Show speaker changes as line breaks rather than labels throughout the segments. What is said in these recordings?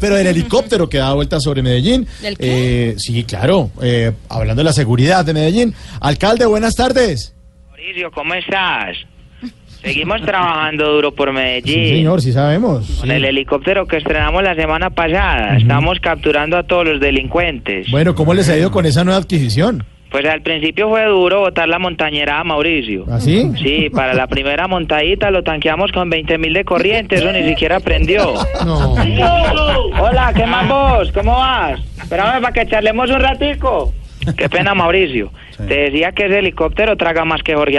Pero el helicóptero que da vueltas sobre Medellín.
¿Del qué?
Eh, sí, claro. eh, hablando de la seguridad de Medellín. Alcalde, buenas tardes.
Mauricio, ¿cómo estás? Seguimos trabajando duro por Medellín.
Sí, señor, sí sabemos.
Con
sí.
el helicóptero que estrenamos la semana pasada, estamos capturando a todos los delincuentes.
Bueno, ¿cómo les ha ido con esa nueva adquisición?
Pues al principio fue duro botar la montañera a Mauricio.
¿Así?
Sí, para la primera montadita lo tanqueamos con 20 mil de corriente, eso ni siquiera prendió.
No.
Hola, ¿qué más vos? ¿Cómo vas? Espérame para que charlemos un ratico. Qué pena, Mauricio. Te decía que ese helicóptero traga más que Jorge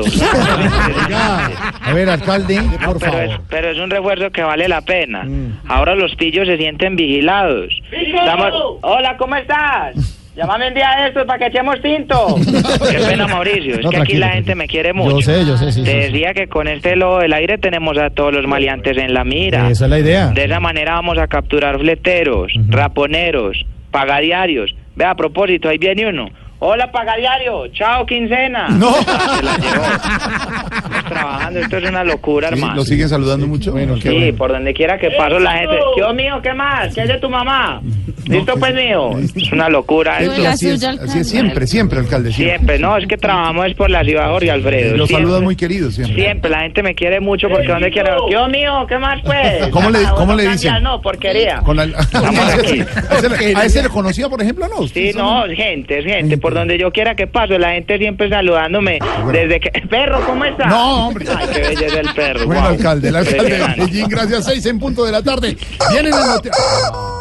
Oiga, A ver, alcalde, por
pero es,
favor. Mm.
pero es un refuerzo que vale la pena. Ahora los pillos se sienten vigilados. Estamos- Hola, ¿cómo estás? Llámame un día de estos para que echemos tinto. Qué pena, Mauricio. Es
No,
que aquí
tranquilo,
la gente
tranquilo.
me quiere mucho.
Yo sé, yo sé, sí.
Te
sí, sí.
decía que con este lobo del aire tenemos a todos los maleantes en la mira.
Esa es la
Ah,
idea.
De esa manera vamos a capturar fleteros, raponeros, pagadiarios. Ve, a propósito, ahí viene uno. Hola, pagadiario. Chao, quincena.
No.
Se la llevó. Estamos trabajando, esto es una locura, hermano.
¿Lo siguen saludando mucho?
Bueno,
Sí,
qué bueno.
por donde quiera que paso la gente. Dios mío, ¿qué más? ¿Qué es de tu mamá? ¿Listo, pues, mío? Es una locura
Qué
esto.
La
Así es,
suya,
así
alcalde.
es siempre, siempre, alcalde. Siempre.
Siempre, no, es que trabajamos es por la ciudad de Jorge
Eh,
Alfredo.
Los
siempre,
saludas muy queridos siempre.
siempre, la gente me quiere mucho porque donde quiera. Dios mío, ¿qué más, pues?
¿Cómo le-
Ah,
cómo
vos
le
no
dicen?
cambias, No, porquería.
Con la- a,
aquí.
ese, a ese le conocía, por ejemplo, no.
Sí,
Ustedes son-
no, es gente, es gente. Por donde yo quiera que paso, la gente siempre saludándome. Desde que. Perro, ¿cómo estás?
Ah, No, hombre.
Ay, qué belleza el perro.
Bueno,
guau.
alcalde, el alcalde de
Impresionante.
Medellín, gracias. Seis en punto de la tarde. Vienen las noticias.